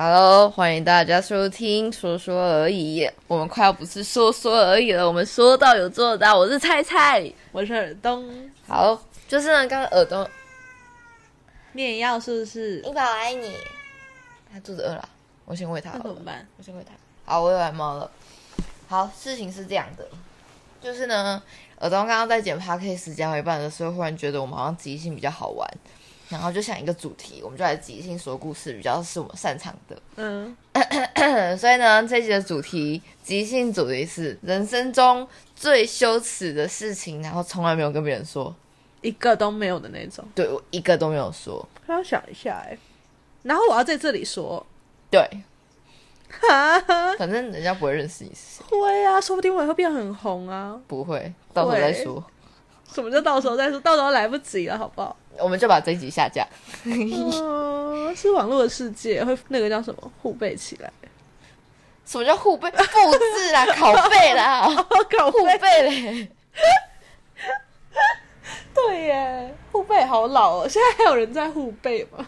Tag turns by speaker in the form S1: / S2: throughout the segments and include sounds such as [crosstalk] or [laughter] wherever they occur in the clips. S1: Hello，欢迎大家收听《说说而已》，我们快要不是说说而已了，我们说到有做到。我是菜菜，
S2: 我是尔东，
S1: 好，就是呢，刚刚耳朵，
S2: 你也要是不是？
S1: 一宝我爱你，他肚子饿了，我先喂他好
S2: 那
S1: 了。
S2: 怎么办？
S1: 我先回答。好，我有来猫了。好，事情是这样的，就是呢，耳东刚刚在剪 p a r k 时间到一半的时候，忽然觉得我们好像即兴比较好玩，然后就想一个主题，我们就来即兴说故事，比较是我们擅长的。
S2: 嗯，
S1: 所以呢，这集的主题即兴主题是人生中最羞耻的事情，然后从来没有跟别人说，
S2: 一个都没有的那种。
S1: 对我一个都没有说，
S2: 我要想一下哎、然后我要在这里说，
S1: 对，
S2: 哈哈，
S1: 反正人家不会认识你是谁，
S2: 会啊，说不定我也会变很红啊。
S1: 不会，到时候再
S2: 会
S1: 说，
S2: 什么叫到时候再说？到时候来不及了，好不好？
S1: 我们就把这一集下架。
S2: 嗯，是网络的世界会那个叫什么互背起来，
S1: 什么叫互背？复制啦，拷贝啦，
S2: 哦搞
S1: 互背嘞。
S2: 对耶，互背好老哦，现在还有人在互背吗？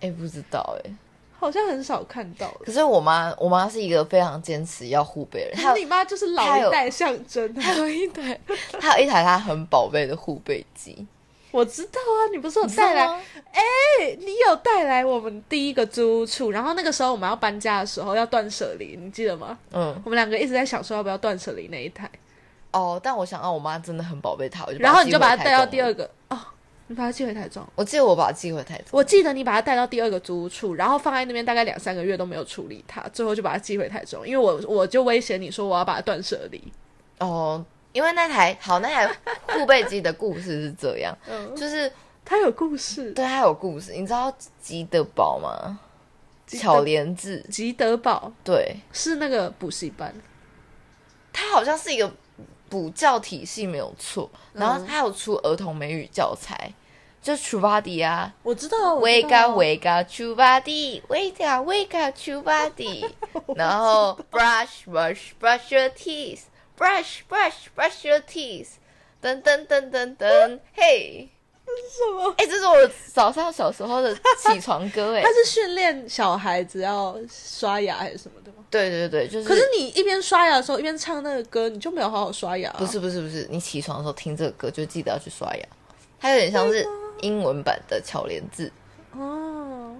S1: 哎、不知道哎、
S2: 好像很少看到了。
S1: 可是我妈，我妈是一个非常坚持要互背的人，
S2: 可
S1: 她
S2: 是你
S1: 有
S2: 妈就是老
S1: 还有
S2: 一代象征啊！
S1: 她有一台，她有一台她很宝贝的互背机，
S2: 我知道啊，你不是有
S1: 你知道
S2: 带来
S1: 吗？
S2: 你有带来我们第一个租屋处，然后那个时候我们要搬家的时候要断舍离，你记得吗？
S1: 嗯，
S2: 我们两个一直在想说要不要断舍离那一台，
S1: 哦，但我想到我妈真的很宝贝它，我就把
S2: 然后你就把它
S1: 寄回
S2: 带到
S1: 台中
S2: 第二
S1: 了，
S2: 个哦，你把它寄回台中。
S1: 我记得我把它寄回台中，
S2: 我记得你把它带到第二个租屋处，然后放在那边大概两三个月都没有处理它，最后就把它寄回台中，因为我我就威胁你说我要把它断舍离。
S1: 哦，因为那台好，那台互背机的故事是这样，
S2: 嗯，
S1: 就是
S2: 它有故事。
S1: 对它有故事，你知道吉德堡吗？巧莲智，
S2: 吉德堡
S1: 对，
S2: 是那个补习班，
S1: 它好像是一个补教体系没有错，
S2: 嗯
S1: 然后它有出儿童美语教材，就楚巴迪啊，
S2: 我知道
S1: 维嘎维嘎楚巴迪，维嘎维嘎楚巴
S2: [laughs]
S1: 迪，然后 brush brush brush your teeth。Brush, brush, brush your teeth，噔噔噔噔噔，嘿，
S2: 什么？
S1: 哎，这是我早上小时候的起床歌，
S2: [laughs]
S1: 哎
S2: 它，是训练小孩子要刷牙还是什么的吗？
S1: 对对对，就是。
S2: 可是你一边刷牙的时候一边唱那个歌，你就没有好好刷牙、
S1: 不，是不是不是，你起床的时候听这个歌就记得要去刷牙，它有点像是英文版的巧莲字。
S2: 哦，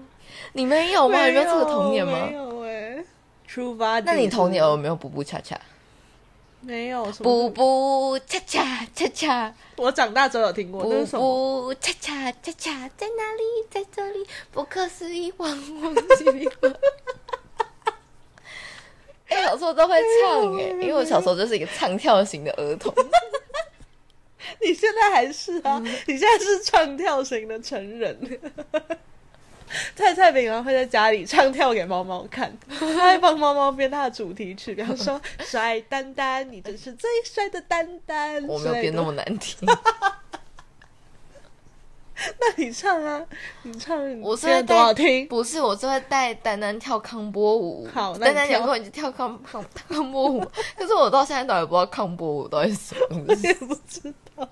S1: 你没有吗？
S2: 没
S1: 你没有这个童年吗
S2: 没？有哎、出发地。
S1: 那你童年有没有步步恰恰？
S2: 没有什么？
S1: 步步恰恰恰恰，
S2: 我长大之后有听过，那
S1: 步
S2: 是什么？
S1: 步恰恰恰恰，在哪里？在这里，不可思议，忘忘记了。 [laughs] 哎、小时候都会唱哎、因为我小时候就是一个唱跳型的儿
S2: [laughs]
S1: 童。
S2: 你现在还是啊？
S1: 嗯
S2: 你现在是唱跳型的成人。 [laughs] 菜菜饼啊会在家里唱跳给猫
S1: [laughs]
S2: 猫看，他会帮猫猫编他的主题曲，比方说“帅丹丹，你真是最帅的丹丹”。
S1: 我没有编那么，难听，
S2: 那你唱啊，你唱，你
S1: 我是
S2: 编
S1: 会
S2: 得多好
S1: 带
S2: 听。
S1: 不是，我是会带丹丹跳康波舞。
S2: 好那
S1: 丹
S2: 你
S1: 丹
S2: 跳
S1: 有跟我一起跳康康康波舞，可是我到现在到底不知道康波舞到底是什么。
S2: 也 [laughs] 不知道，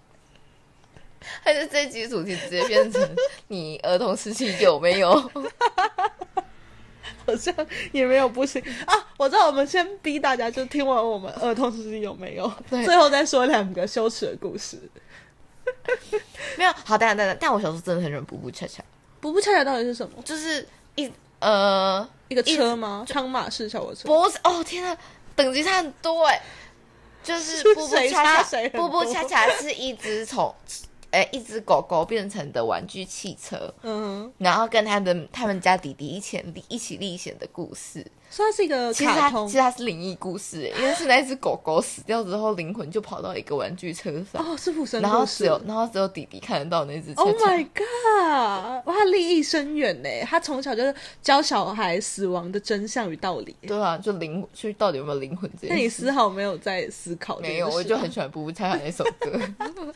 S1: 还是这一集主题直接变成你儿童时期有没有？
S2: 好像也没有不行啊。我知道，我们先逼大家就听完我们儿童时期有没有，
S1: 对
S2: 最后再说两个羞耻的故事。
S1: 没有。好，等等等等，但我小时候真的很喜欢步步恰恰，
S2: 不不恰恰到底是什么？
S1: 就是一呃，
S2: 一个车吗？仓马式小火车？
S1: 不是哦，天呐，等级差很多哎。就是
S2: 是
S1: 步步
S2: 谁
S1: 恰
S2: 杀谁
S1: 恰，
S2: 很
S1: 步步恰
S2: 多
S1: 恰是一只从，哎、一只狗狗变成的玩具汽车，
S2: 嗯，
S1: 然后跟他的他们家弟弟一起一起历险的故事。
S2: 所以它是一个
S1: 其实它
S2: 卡通
S1: 其实它是灵异故事耶，因为是那只狗狗死掉之后，灵魂就跑到一个玩具车上，
S2: 哦，是附身
S1: 然后
S2: 故
S1: 只
S2: 事。
S1: 有然后只有弟弟看得到那只恰
S2: Oh
S1: 恰。
S2: my god！哇，利益深远呢。他从小就是教小孩死亡的真相与道理。
S1: 对啊，就灵就到底有没有灵魂这
S2: 那你
S1: 件事？
S2: 丝毫没有在思考这件
S1: 没
S2: 事吗？
S1: 有，我就很喜欢《步步恰恰》那首歌。 [laughs]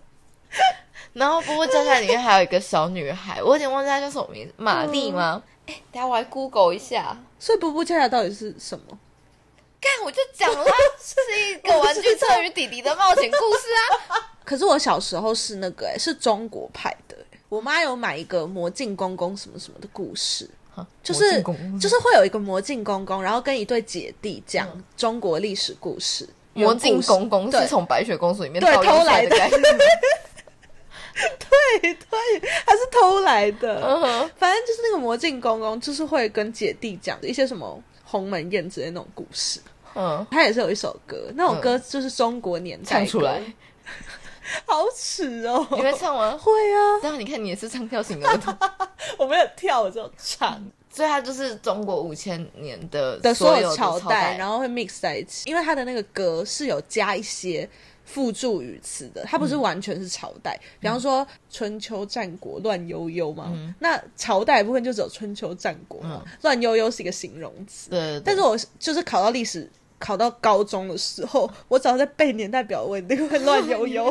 S1: 然后《步步恰恰》里面还有一个小女孩，我有点忘记她叫什么名字，玛丽吗？哎、等一下我来 Google 一下。
S2: 所以不不恰恰到底是什么？
S1: 看，我就讲了，它是一 [laughs] 个玩具车与弟弟的冒险故事啊。
S2: 可是我小时候是那个、欸，是中国派的欸、我妈有买一个《魔镜公公》什么什么的故事，
S1: [laughs] 哈
S2: 就是
S1: 魔镜公
S2: 就是会有一个魔镜公公，然后跟一对姐弟讲中国历史故事。
S1: 嗯魔镜
S2: 原故事 [laughs]
S1: 公公
S2: 对
S1: 是从白雪公主里面
S2: 对
S1: 盗用
S2: 偷
S1: 出来
S2: 来
S1: 的
S2: 的
S1: 概念，
S2: 对对，他是偷来
S1: [laughs]
S2: 的。
S1: 嗯哼
S2: 反正就是那个魔镜公公，就是会跟姐弟讲一些什么鸿门宴之类的那种故事。
S1: 嗯，
S2: 他也是有一首歌，那首歌就是中国年
S1: 唱
S2: 代歌
S1: 出来，，
S2: 好耻哦！
S1: [laughs] 你会唱吗？
S2: 会啊，
S1: 但你看你也是唱跳型儿 [laughs] 童，
S2: [laughs] 我没有跳，我只有唱
S1: 所以它就是中国五千年的
S2: 的
S1: 所
S2: 所
S1: 有的
S2: 朝
S1: 代，
S2: 然后会 mix 在一起，因为他的那个歌是有加一些。附注语词的，它不是完全是朝代，比方说春秋战国乱悠悠嘛，那朝代的部分就只有春秋战国嘛，乱悠悠是一个形容词，
S1: 对对对，
S2: 但是我就是考到历史，考到高中的时候，我只要在背年代表，我一定会乱悠悠，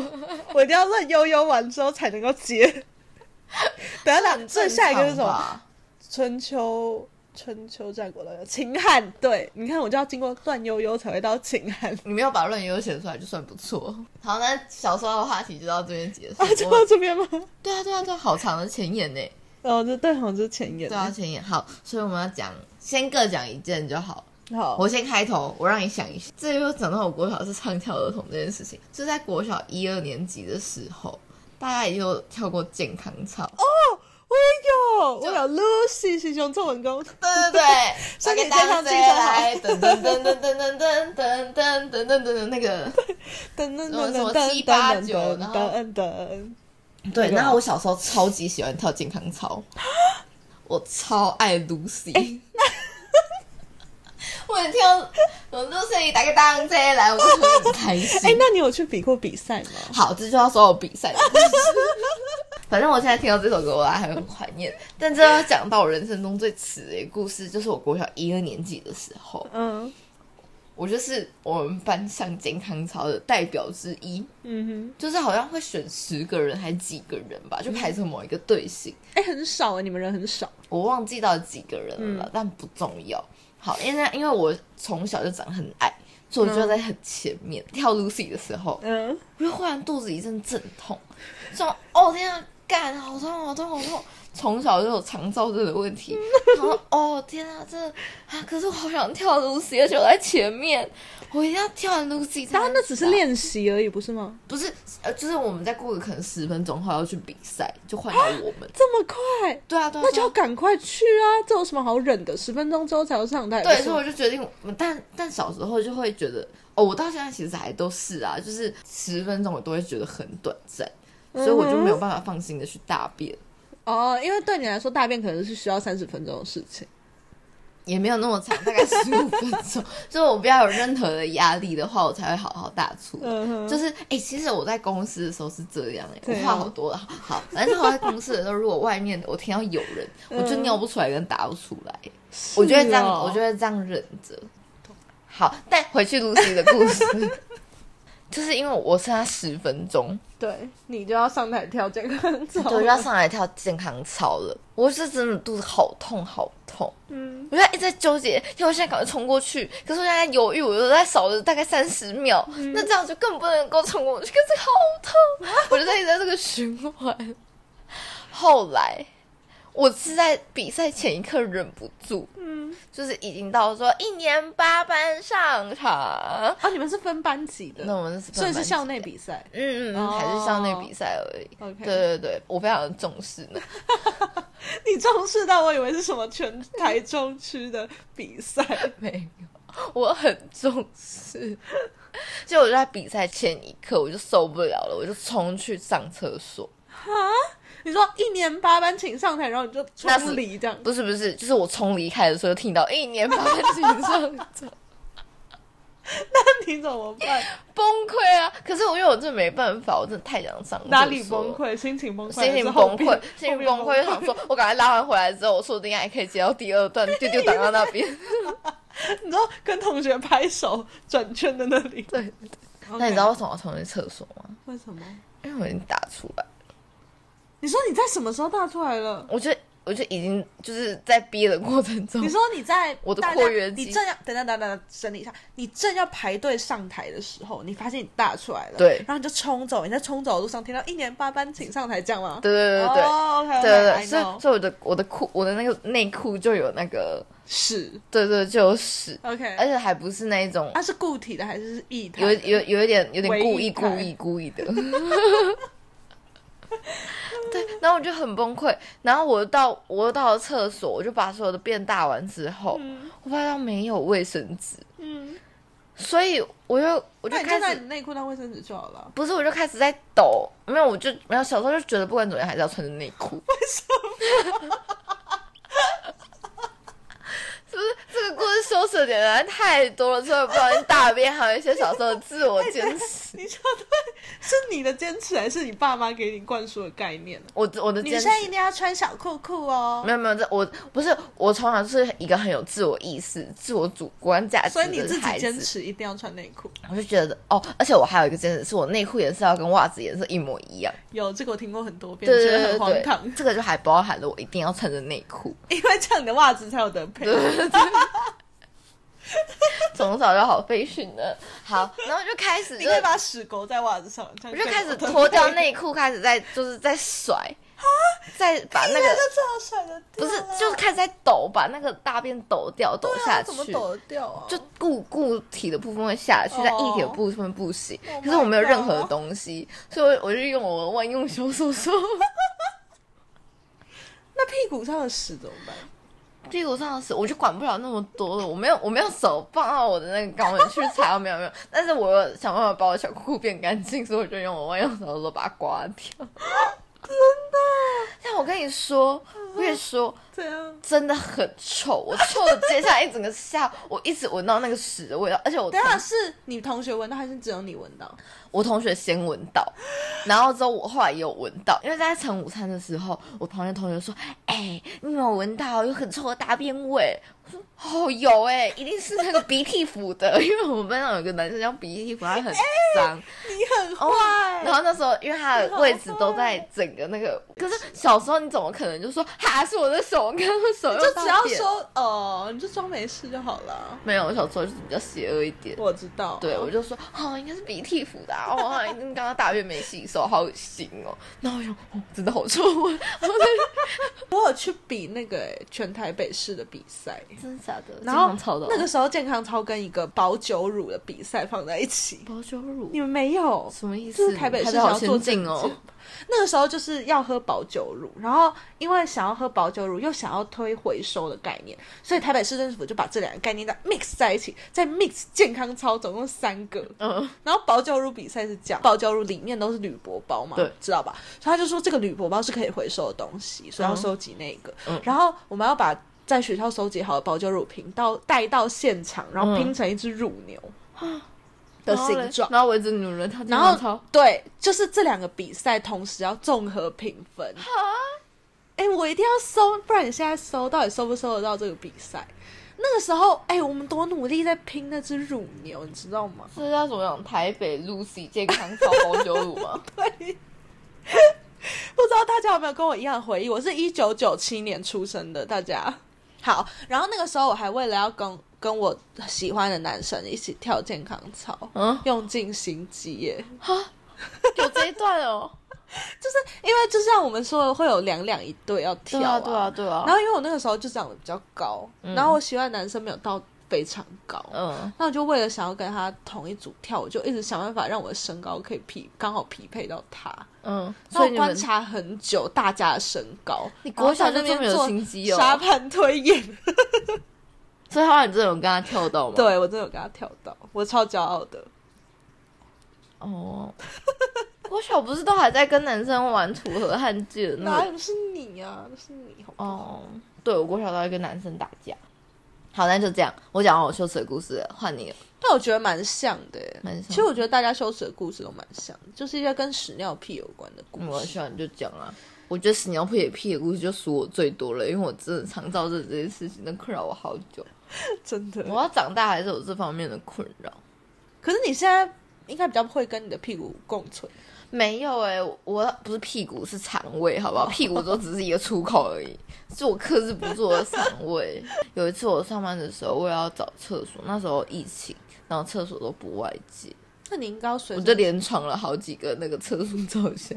S2: 我一定要乱悠悠完之后才能够接。等一下，这下一个是什么？
S1: 么？
S2: 春秋。春秋战国乱悠，秦汉对，你看我就要经过乱悠悠才会到秦汉，
S1: 你没有把乱悠悠写出来就算不错。好，那小时候的话题就到这边结束。
S2: 啊，就
S1: 我
S2: 到这边吗？
S1: 对啊，对啊，对啊，好长的前言呢。
S2: 然后就对，好像是前言
S1: 对。啊，前言好，所以我们要讲，先各讲一件就好。
S2: 好，
S1: 我先开头，我让你想一下。这又讲到我国小是唱跳儿童这件事情，就在国小一二年级的时候，大家也就跳过健康操。哦，
S2: 我有，我有 Lucy 是用作文工，
S1: 对对对，
S2: 身体健
S1: 大
S2: 康
S1: 家
S2: 精神好
S1: 来，噔噔噔噔噔噔噔噔噔噔噔噔，那个。
S2: 噔噔
S1: 么
S2: 噔
S1: 什么
S2: 噔噔
S1: 七八
S2: 噔
S1: 九然
S2: 噔
S1: 后
S2: 噔噔，
S1: 对，
S2: 那个
S1: 然后我小时候超级喜欢跳健康操，我超爱 Lucy。我很跳，我 Lucy 打个当这来，我就觉得很开心。
S2: [laughs] 哎、那你有去比过比赛吗？
S1: [laughs] 好，这就要说我比赛的故事。 [laughs] 反正我现在听到这首歌，我还很怀念。但这要讲到我人生中最耻的一个故事，就是我国小一二年级的时候，
S2: 嗯
S1: 我就是我们班上健康操的代表之一，
S2: 嗯哼。
S1: 就是好像会选十个人还几个人吧，就排成某一个队形。
S2: 哎、很少啊，你们人很少。
S1: 我忘记到底几个人
S2: 嗯
S1: 了，但不重要。好，因为因为我从小就长得很矮，所以我就在很前面、跳 Lucy 的时候，
S2: 嗯，
S1: 我就忽然肚子一阵阵痛，说哦天啊，干好痛好痛好痛！从小就有肠燥症的问
S2: [laughs]
S1: 题，然后哦天啊，这啊，可是我好想跳 Lucy，而且我在前面，我一定要跳完 Lucy 才能知道。
S2: 当然那只是练习而已，不是吗？
S1: 不是呃，就是我们再过个可能十分钟后要去比赛，就换到我们。
S2: 这么快，
S1: 对啊，对啊，
S2: 啊那
S1: 对
S2: 就
S1: 啊
S2: 要赶快去啊！这有什么好忍的？十分钟之后才要上台，
S1: 对，
S2: 不是
S1: 所以
S2: 吗
S1: 我就决定，但但小时候就会觉得，哦，我到现在其实还都是啊，就是十分钟我都会觉得很短暂，
S2: 嗯
S1: 所以我就没有办法放心的去大便，
S2: 哦，因为对你来说，大便可能是需要三十分钟的事情。
S1: 也没有那么长，大概十五分钟， [laughs] 就我不要有任何的压力的话，我才会好好大出。
S2: 嗯哼
S1: 就是，哎、其实我在公司的时候是这样、欸，
S2: 对啊
S1: 我话好多了。好，反正我在公司的时候，如果外面我听到有人，我
S2: 嗯
S1: 就尿不出来跟打不出来、
S2: 啊
S1: 我就会这样，我就
S2: 得
S1: 会这样忍着。好，但回去 Lucy 的故事，就是因为我剩下十分钟，
S2: 对你就要上台跳健康操，
S1: [laughs] 对，我就要上来跳健康操了。我是真的肚子好痛好痛，
S2: 嗯，
S1: 我就一直在纠结，要我现在赶快冲过去，可是我现在犹豫，我又在少了大概三十秒，
S2: 嗯
S1: 那这样就更不能够冲过去，可是好痛，我就在一直在这个循环。后来我是在比赛前一刻忍不住，
S2: 嗯
S1: 就是已经到说一年八班上场，
S2: [laughs] 啊，你们是分班级的，
S1: 那我们是
S2: 所以是校
S1: 校，
S2: 内比赛。
S1: 嗯嗯，嗯，
S2: 哦
S1: 还是校内比赛而已。
S2: OK，
S1: 对对对，我非常的重视呢。
S2: 你重视到我以为是什么全台中区的比赛，
S1: 没有， [laughs] 我很重视。 [laughs] 所以我就在比赛前一刻，我就受不了了，我就冲去上厕所。
S2: 你说一年八班请上台，然后你就
S1: 那是
S2: 冲离这样，
S1: 不是不是，就是我冲离开的时候，听到哎一年八班请上 [laughs] 场，
S2: [laughs] 那你怎么办？
S1: 崩溃啊！可是我因为我真的没办法，我真的太想上厕所
S2: [laughs] 哪里崩溃？心情崩溃，
S1: 心情
S2: 还是
S1: 崩
S2: 后面
S1: 溃，心情崩溃，就
S2: 后面
S1: 想说，我赶快拉完回来之后，我说不定还可以接到第二段， [laughs] 丢丢挡到那
S2: [laughs]
S1: 边。
S2: [laughs] 你知道跟同学拍手转圈的那里。
S1: 对
S2: OK，
S1: 那你知道为什么我冲进厕所吗？
S2: 为什么？
S1: 因为我已经打出来，嗯
S2: 你说你在什么时候大出来了？
S1: 我就我就已经就是在憋的过程中
S2: 你，说你在
S1: 我的
S2: 大家
S1: 括约肌
S2: 你正要等等等等整理一下，你正要排队上台的时候，你发现你大出来了，
S1: 对
S2: 然后你就冲走，你在冲走的路上听到一年八班请上台这样吗？
S1: 对对对对对。
S2: 哦，OK，OK，
S1: 对对
S2: I
S1: 对，所以
S2: know
S1: 所以我的我的裤我的那个内裤就有那个，
S2: 是
S1: 对对就有屎，
S2: OK，
S1: 而且还不是那一种
S2: 它、是固体的还是液态
S1: 哎有
S2: 的？
S1: 有有一点有点
S2: 啊唯
S1: 故
S2: 一
S1: 意
S2: 派
S1: 故意故意的。 [laughs] 对，然后我就很崩溃，然后我到我到了厕所，我就把所有的便大完之后，
S2: 嗯
S1: 我发现没有卫生纸，
S2: 嗯，
S1: 所以我就我就
S2: 那你就
S1: 开
S2: 在
S1: 始
S2: 你内裤当卫生纸就好了。
S1: 不是我就开始在抖，没有我就没有小时候就觉得不管怎么样还是要穿着内裤，为 [laughs] 什么？是不是这个故事羞耻的点来太多了，所以不小心大便还有一些小时候的自我坚持。
S2: 你说对，是你的坚持还是你爸妈给你灌输的概念呢？
S1: 我我的
S2: 女
S1: 坚持
S2: 生一定要穿小裤裤哦
S1: 没，有没有，这我不是我从小是一个很有自我意识、自我主观价值
S2: 所以你
S1: 的
S2: 自己
S1: 孩
S2: 坚
S1: 子，
S2: 持一定要穿内裤。
S1: 我就觉得哦，而且我还有一个坚持，是我内裤颜色要跟袜子颜色一模一样。
S2: 有这个我听过很多遍，
S1: 对
S2: 觉
S1: 对
S2: 得
S1: 对
S2: 很荒
S1: 对
S2: 唐
S1: 对，，
S2: [laughs]
S1: 这个就还包含了我一定要穿着内裤，
S2: 因为这样你的袜子才有得配。
S1: [laughs] 从小就好费训的。好，然后就开始
S2: [laughs] 你
S1: 就
S2: 可以把屎勾在袜子上，这
S1: 我
S2: 样
S1: 就开始
S2: 更有
S1: 脱掉
S2: 得配
S1: 内裤，开始在就是在甩，再
S2: [laughs]
S1: 把那
S2: 啊这样
S1: 个
S2: 就最好甩得
S1: 不
S2: 掉
S1: 是
S2: 了
S1: 就是开始在抖，把那个大便抖掉，抖
S2: 对啊
S1: 下
S2: 怎么
S1: 去。
S2: 抖得掉啊？
S1: 就固固体的部分会下去，
S2: 哦
S1: 但液体的部分不行。
S2: Oh
S1: 可是我没有
S2: my
S1: 任何
S2: God
S1: 东西，所以我我就用我万用小手术，
S2: 那屁股上的屎怎么办？
S1: 屁股上的屎我就管不了那么多了。我没有我没有手放到我的那个肛门去擦，没有没有。但是我有想办法把我小裤裤变干净，所以我就用我万用手术把它刮
S2: [laughs]
S1: 掉。真的？但我跟你说，我跟你说，
S2: 对啊，
S1: 真的很臭，我臭的接下来一整个下午，我一直闻到那个屎的味道，而且我
S2: 等一
S1: 同
S2: 下是你同学闻到还是只有你闻
S1: [laughs]
S2: 到？
S1: 我同学先闻到，然后之后我后来也有闻到，因为在盛午餐的时候，我旁边同学说：“哎、你有没有闻到有很臭的大便味？”我说：“哦，有哎、一定是那个鼻涕腐的， [laughs] 因为我们班上有个男生叫鼻涕腐，他
S2: 哎
S1: 很脏。
S2: 你很
S1: 哦
S2: 坏，
S1: 然后那时候因为他的位置都在整个那个，可是小时候你怎么可能就说哈是我的手，我刚刚手又
S2: 就
S1: 大
S2: 只要
S1: 便
S2: 说哦，你就装没事就好了。
S1: 没有，我小时候就是比较邪恶一点。”
S2: 我知道，
S1: 对，我就说哦，应该是鼻涕腐的、啊，哇、哦，刚刚大便没洗手，好恶心哦。然后我想，哦，真的好臭啊！
S2: 我有去比那个欸全台北市的比赛，
S1: [laughs] 真的假的？哦
S2: 然后
S1: 经常吵到
S2: 那个时候健康操跟一个保酒乳的比赛放在一起，
S1: 保酒乳
S2: 你们没有？
S1: 什么意思？
S2: 就是台北市
S1: 台
S2: 想
S1: 好
S2: 要做
S1: 先进哦
S2: 政治。那个时候就是要喝保酒乳，然后因为想要喝保酒乳，又想要推回收的概念，所以台北市政府就把这两个概念再 mix 在一起，再 mix 健康操，总共三个。
S1: 嗯，
S2: 然后保酒乳比赛是这样，保酒乳里面都是铝箔包嘛，
S1: 对
S2: 知道吧？所以他就说这个铝箔包是可以回收的东西，所以要
S1: 嗯
S2: 收集那个。
S1: 嗯
S2: 然后我们要把在学校收集好的保酒乳瓶到带到现场，然
S1: 嗯
S2: 后拼成一只乳牛
S1: 啊
S2: 的形
S1: 然后嘞
S2: 状。
S1: 然后围着女人跳健
S2: 然
S1: 康
S2: 后
S1: 操。
S2: 对，就是这两个比赛同时要综合评分。哎、我一定要搜，不然你现在搜到底搜不搜得到这个比赛？那个时候，哎、我们多努力在拼那只乳牛，你知道吗？
S1: 这叫什么讲？台北 Lucy 健康操保酒乳吗？
S2: 不知道大家有没有跟我一样的回忆？我是一九九七年出生的，
S1: [laughs]
S2: 大家好。然后那个时候，我还为了要跟跟我喜欢的男生一起跳健康操，
S1: [laughs] 嗯，
S2: 用尽心机耶。
S1: 有这一段哦。
S2: 因为就像我们说的，会有两两一对要跳
S1: 对啊，对啊，对啊。
S2: 然后因为我那个时候就长得比较高，
S1: 嗯
S2: 然后我喜欢的男生没有到非常高，
S1: 嗯，
S2: 那我就为了想要跟他同一组跳，我就一直想办法让我的身高可以匹刚好匹配到他。
S1: 嗯，
S2: 所
S1: 所以
S2: 以我
S1: 你
S2: 观
S1: 们
S2: 察很久大家的身高，
S1: 你国小就
S2: 然后在那
S1: 这么
S2: 边
S1: 有
S2: 做
S1: 心机哦
S2: 沙盘推
S1: [laughs]
S2: 演。
S1: 所以后来你真的有跟他跳到吗？，
S2: 对我真的有跟他跳到，我超骄傲的。
S1: 哦，国小不是都还在跟男生玩土和汉界的那
S2: 哪
S1: 个
S2: 有是你啊？那是你好不好？
S1: 嗯哦，对，我国小都在跟男生打架。好，那就这样，我讲完我羞耻的故事了，换你了。
S2: 但我觉得蛮像的耶。
S1: 蛮像
S2: 其实我觉得大家羞耻的故事都蛮像的，就是一些跟屎尿屁有关的故
S1: 我
S2: 事。
S1: 喜欢你就讲啊。我觉得屎尿屁也屁的故事就数我最多了，因为我真的常造成这件事情，能困扰我好久。
S2: 真的。
S1: 我要长大还是有这方面的困扰？
S2: 可是你现在应该比较会跟你的屁股共存。
S1: 没有哎、我不是屁股是肠胃，好不好？屁股都只是一个出口而已，是我克制不住的肠胃。 [laughs] 有一次我上班的时候，我也要找厕所，那时候疫情，然后厕所都不外借，
S2: 那你应该要随
S1: 我
S2: 身
S1: 就连闯了好几个那个厕所照相，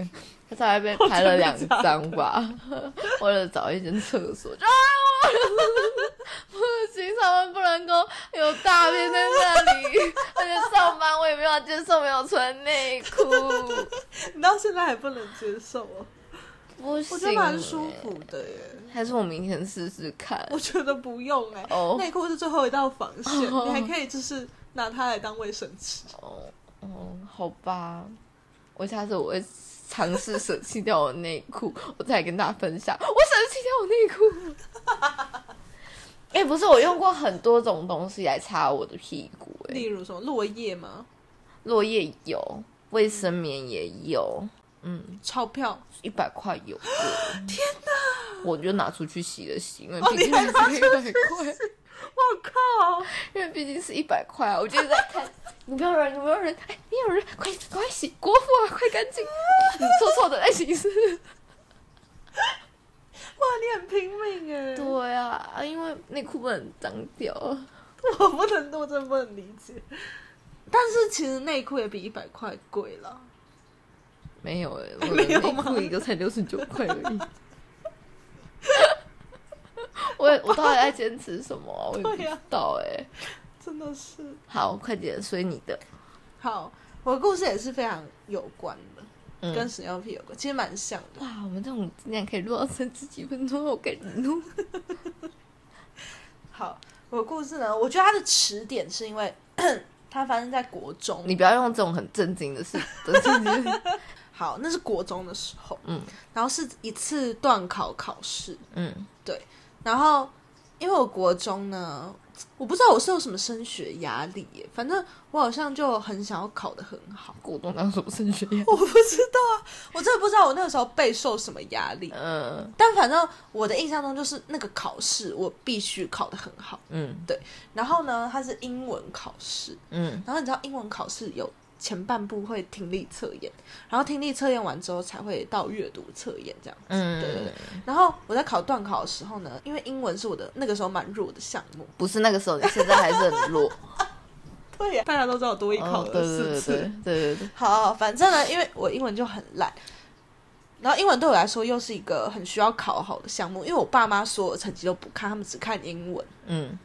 S1: 他大概被拍了两张吧， [laughs] 为了找一间厕所，就啊我 [laughs] 不行，上班不能够有大便在那里， [laughs] 而且上班我也没有接受没有穿内裤，
S2: 你到现在还不能接受哦，
S1: 不行、欸，
S2: 我觉得蛮舒服的耶。
S1: 还是我明天试试看。
S2: 我觉得不用哎、
S1: 哦
S2: 内裤是最后一道防线，
S1: 哦
S2: 你还可以就是拿它来当卫生纸。
S1: 哦，哦，好吧，我下次我会尝试舍弃掉我内裤， [laughs] 我再来跟大家分享。我舍弃掉我内裤。
S2: [laughs]
S1: 哎、不是，我用过很多种东西来擦我的屁股、哎，
S2: 例如什么落叶吗？
S1: 落叶有，卫生棉也有，嗯，
S2: 钞票？
S1: 一百块有过。
S2: [laughs] 嗯
S1: 天哪！我就拿出去洗了洗，因为
S2: 哦
S1: 毕竟
S2: 你还
S1: 是一百
S2: 拿出
S1: 块。
S2: 我靠！
S1: 因为毕竟是一百块啊，我就一直在 [laughs] 看，有没有人，有没有人，哎，没有人，快快洗，国服啊，快干净，你臭臭的再洗一次。
S2: 哇，你很拼命哎！
S1: [laughs] 对啊，因为内裤不能脏掉啊。
S2: 我不能，我真的不能理解。但是其实内裤也比一百块贵了。
S1: [laughs] 没有哎、我的
S2: 没有
S1: 内
S2: 吗
S1: 裤一个才六十九块而已。 [laughs] 我也我到底在坚持什么啊、我也不
S2: 对
S1: 知
S2: 啊
S1: 道哎、
S2: 真的是。
S1: 好，快点，所以你的，
S2: 好，我的故事也是非常有关的，
S1: 嗯，
S2: 跟屎尿屁有关，其实蛮像的。
S1: 哇，我们这种竟然可以录到三十几分钟，我跟你录。
S2: 好，我的故事呢，我觉得它的起点是因为 [clears throat] 它发生在国中。
S1: 你不要用这种很震惊的事，的事 [laughs] 情。
S2: 好，那是国中的时候，
S1: 嗯
S2: 然后是一次段考考试，
S1: 嗯
S2: 然后因为我国中呢，我不知道我是有什么升学压力耶，反正我好像就很想要考得很好，
S1: 股东当什么升学 [laughs] 呀？
S2: 我不知道啊，我真的不知道我那个时候备受什么压力，
S1: 嗯
S2: 但反正我的印象中就是那个考试我必须考得很好，
S1: 嗯
S2: 然后呢，它是英文考试，
S1: 嗯
S2: 然后你知道英文考试有前半部会听力测验，然后听力测验完之后才会到阅读测验这样。
S1: 嗯，
S2: 对对对，然后我在考段考的时候呢，因为英文是我的那个时候蛮弱的项目，
S1: 不是那个时 [laughs] 候，你现在还是很弱。
S2: 对呀、大家都知道我多一考
S1: 哦
S2: 了
S1: 对
S2: 四
S1: 对对
S2: 次。
S1: 对对对对，
S2: 好，反正呢，因为我英文就很烂，然后英文对我来说又是一个很需要考好的项目，因为我爸妈所有成绩都不看，他们只看英文。
S1: 嗯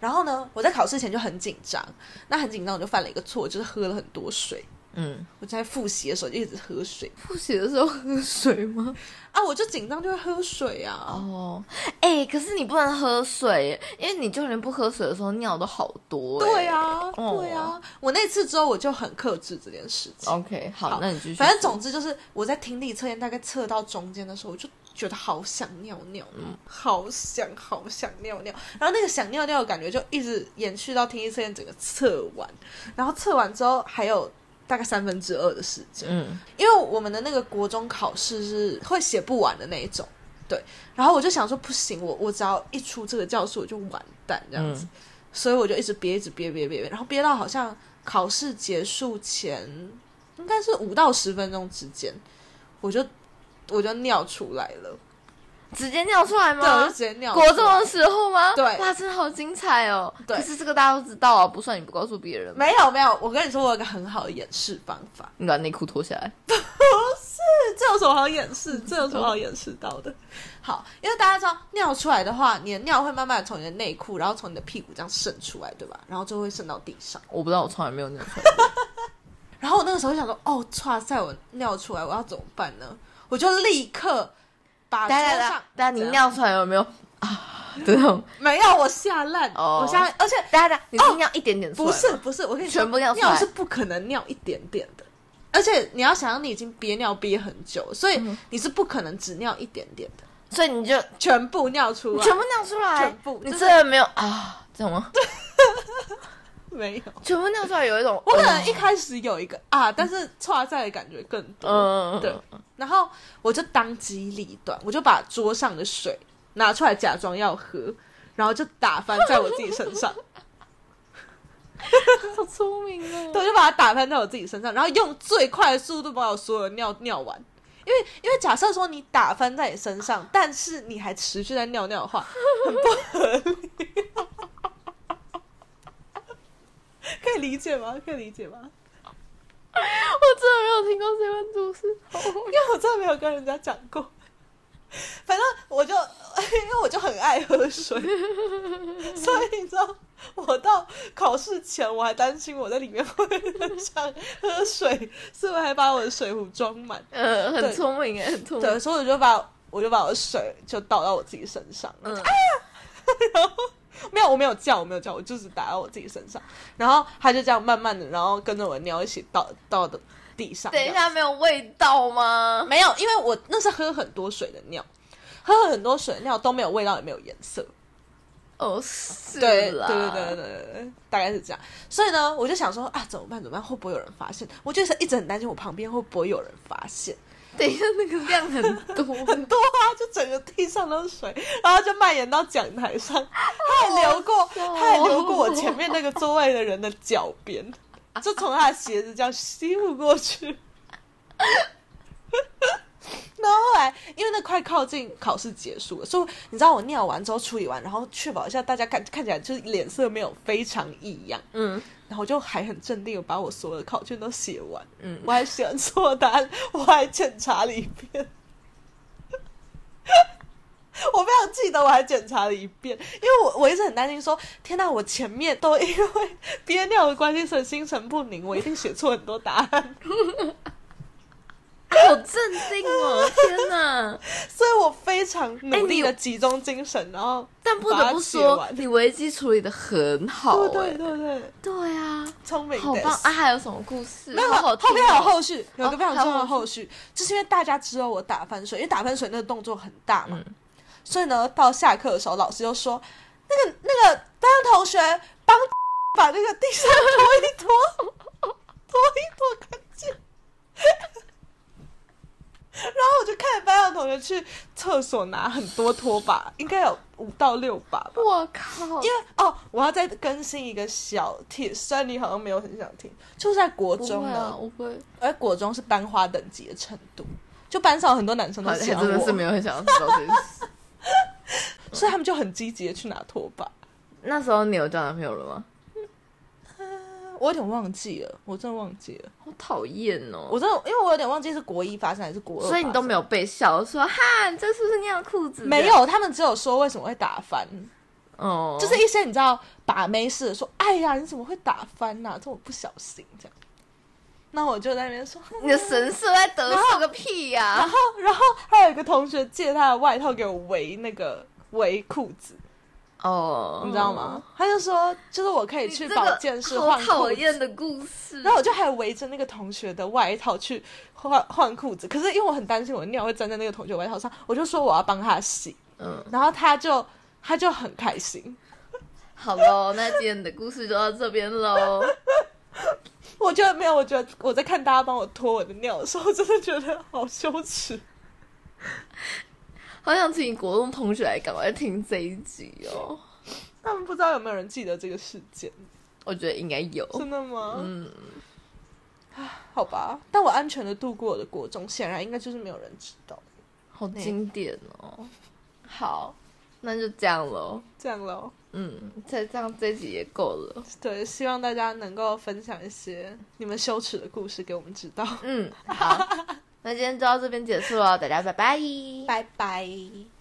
S2: 然后呢，我在考试前就很紧张，那很紧张我就犯了一个错，就是喝了很多水。
S1: 嗯。
S2: 我在复习的时候就一直喝水
S1: 复习的时候喝水吗？
S2: 啊，我就紧张就会喝水啊。
S1: 哦，哎、可是你不能喝水耶，因为你就连不喝水的时候尿都好多。
S2: 对。啊，
S1: 哦
S2: 对啊，我那次之后我就很克制这件事情。
S1: OK，好，
S2: 好
S1: 那你继续。
S2: 反正总之就是我在听力测验大概测到中间的时候，我就觉得好想尿尿，
S1: 嗯
S2: [laughs] 好想好想尿尿。然后那个想尿尿的感觉就一直延续到听力测验整个测完，然后测完之后还有大概三分之二的时间，
S1: 嗯
S2: 因为我们的那个国中考试是会写不完的那一种。对，然后我就想说不行，我我只要一出这个教室我就完蛋这样子，
S1: 嗯
S2: 所以我就一直憋，一直憋，憋憋憋，然后憋到好像考试结束前，应该是五到十分钟之间，我就我就尿出来了，
S1: 直接尿出来
S2: 对，我
S1: 吗
S2: 就直？接尿出来。
S1: 国中的时候吗？
S2: 对
S1: 哇，真的好精彩哦。
S2: 对
S1: 可是这个大家都知道啊，不算你不告诉别人。
S2: 没有没有，我跟你说，我有个很好的掩饰方法，
S1: 你把内裤脱下来。
S2: 哦这有什么好掩饰？这有什么好掩饰到的？好，因为大家知道尿出来的话，你的尿会慢慢地从你的内裤，然后从你的屁股这样渗出来，对吧？然后就会渗到地上。
S1: 我不知道，我从来没有尿出来。
S2: 然后我那个时候就想说，哦，哇塞，我尿出来，我要怎么办呢？我就立刻把桌
S1: 大家
S2: 上
S1: 大，家，你
S2: 怎样
S1: 尿出来有 [laughs] 没有啊？这种，
S2: 没有，我吓烂，
S1: 哦
S2: 我吓烂，而且
S1: 大家大家，你是尿一点点出来
S2: 不
S1: 吗
S2: 是不是，我跟你说，
S1: 全部尿出来
S2: 尿是不可能尿一点点的，而且你要想象你已经憋尿憋很久，所以你是不可能只尿一点点的，
S1: 所以你就
S2: 全部尿出
S1: 你
S2: 来，
S1: 全部尿出来，
S2: 全部
S1: 你
S2: 就是
S1: 真的没有啊？这种吗？
S2: 没有。
S1: [laughs] 全部尿出来有一 [laughs] 种，哦
S2: 我可能一开始有一个啊，但是错在的感觉更多，
S1: 嗯，
S2: 对，然后我就当机立断，我就把桌上的水拿
S1: [laughs]
S2: 出来假装要喝，然后就打翻在我自己身上。
S1: 好聪 [laughs] 明哦！
S2: 对，我就把它打翻在我自己身上，然后用最快的速度把我所有的尿尿完。因为因为假设说你打翻在你身上，但是你还持续在尿尿的话，很不合理。 [laughs] 可以理解吗？可以理解吗？
S1: 我真的没有听过这份故事，好好
S2: 因为我真的没有跟人家讲过。 [laughs] 反正我就 [laughs] 因为我就很爱喝水， [laughs] 所以你知道，我到考试前我还担心我在里面会很想喝水，所以我还把我的水壶装满。
S1: 呃，
S2: 对
S1: 很聪明哎，很聪明。
S2: 对，所以我就把我就把我的水就倒到我自己身上，
S1: 嗯，
S2: [laughs] 然后没有我没有叫我没有叫，我就是打到我自己身上，然后他就这样慢慢的，然后跟着我的尿一起倒倒的地上。
S1: 等一下没有味道吗？
S2: 没有，因为我那是喝很多水的尿，喝很多水的尿都没有味道，也没有颜色。
S1: 哦，是
S2: 对对
S1: 啦，
S2: 对对对对对，大概是这样。所以呢，我就想说啊，怎么办？怎么办？会不会有人发现？我就是一直很担心我旁边会不会有人发现。
S1: 等一下那个量很多，
S2: 很多啊，就整个地上都是水，然后就蔓延到讲台上，它还流过，它还流过我前面那个座位的人的脚边，就从他的鞋子这样吸附过去。 [laughs] 然后后来，因为那快靠近考试结束了，所以你知道我尿完之后处理完，然后确保一下大家看看起来就是脸色没有非常异样，
S1: [laughs] 嗯，
S2: 然后我就还很镇定，把我所有的考卷都写完，
S1: 嗯
S2: 我还写完错答案，我还检查了一遍。 [laughs] 我非常记得，我还检查了一遍，因为我我一直很担心说，天哪，我前面都因为憋尿的关系，所以心神不宁，我一定写错很多答案， [laughs]
S1: 好镇定哦，天哪！
S2: 所以我非常努力
S1: 哎
S2: 的
S1: 你
S2: 集中精神，然后
S1: 但不
S2: 把
S1: 得
S2: 它
S1: 不
S2: 写
S1: 说，
S2: 完
S1: 你危机处理的很好哎
S2: 对对，对对，
S1: 对啊，
S2: 聪明的，
S1: 好棒啊！还有什么故事？
S2: 没有，
S1: 好好听哦
S2: 后面还有后续，有一个
S1: 哦
S2: 非常
S1: 还有
S2: 重要的
S1: 后
S2: 后续，就是因为大家知道我打翻水，因为打翻水那个动作很大嘛，
S1: 嗯
S2: 所以呢，到下课的时候，老师就说，那个那个班上同学帮 [laughs] 把那个地上拖一拖， [laughs] 拖一拖干净。 [laughs] 然后我就看着班上同学去厕所拿很多拖把，应该有五到六把吧。
S1: 我靠，
S2: 因为哦，我要再更新一个小 tips，虽然你好像没有很想听，就是在国
S1: 不
S2: 中
S1: 会
S2: 呢，
S1: 啊，我不会，
S2: 而国中是班花等级的程度，就班上有很多男生都
S1: 好
S2: 喜
S1: 像
S2: 欢
S1: 真的
S2: 我，
S1: 是没有很想要知道这件 [laughs] 事。
S2: 所以他们就很积极的去拿拖把。
S1: 那时候你有交男朋友了吗？
S2: 我有点忘记了，我真的忘记了，
S1: 好讨厌哦！
S2: 我真的因为我有点忘记是国一发生还是国二发生，
S1: 所以你都没有被笑说哈，你这是不是尿裤子？
S2: 没，有，他们只有说为什么会打翻，
S1: 哦，
S2: 就是一些你知道把妹式的说，哎呀，你怎么会打翻呐、这么不小心这样。那我就在那边说，
S1: 你的神色在得瑟个屁啊呀
S2: [laughs] 然！后然后还有一个同学借他的外套给我围那个围裤子，
S1: 哦，
S2: 你知道吗？？他就说，就是我可以
S1: 你
S2: 去
S1: 这
S2: 保
S1: 个
S2: 健室
S1: 好
S2: 换
S1: 讨
S2: 裤子。
S1: 厌的故事。
S2: 然后我就还围着那个同学的外套去换换裤子，可是因为我很担心我的尿会粘在那个同学外套上，我就说我要帮他洗，
S1: 嗯，
S2: 然后他就他就很开心。
S1: 好喽，那今天的故事就到这边喽。 [laughs]
S2: 我觉得没有，我觉得我在看大家帮我脱我的尿的时候，我真的觉得好羞耻。
S1: 好想请国中同学来赶快听这一集哦，
S2: 他们不知道有没有人记得这个事件，
S1: 我觉得应该有。
S2: 真的吗？
S1: 嗯，
S2: 好吧，但我安全的度过我的国中，显然应该就是没有人知道。
S1: 好经典哦。好，那就这样喽。
S2: 这样咯，
S1: 嗯，再这样这一集也够了。
S2: [laughs] 对，希望大家能够分享一些你们羞耻的故事给我们知道。
S1: 嗯，好，那今天就到这边结束了，大家拜拜，
S2: 拜拜。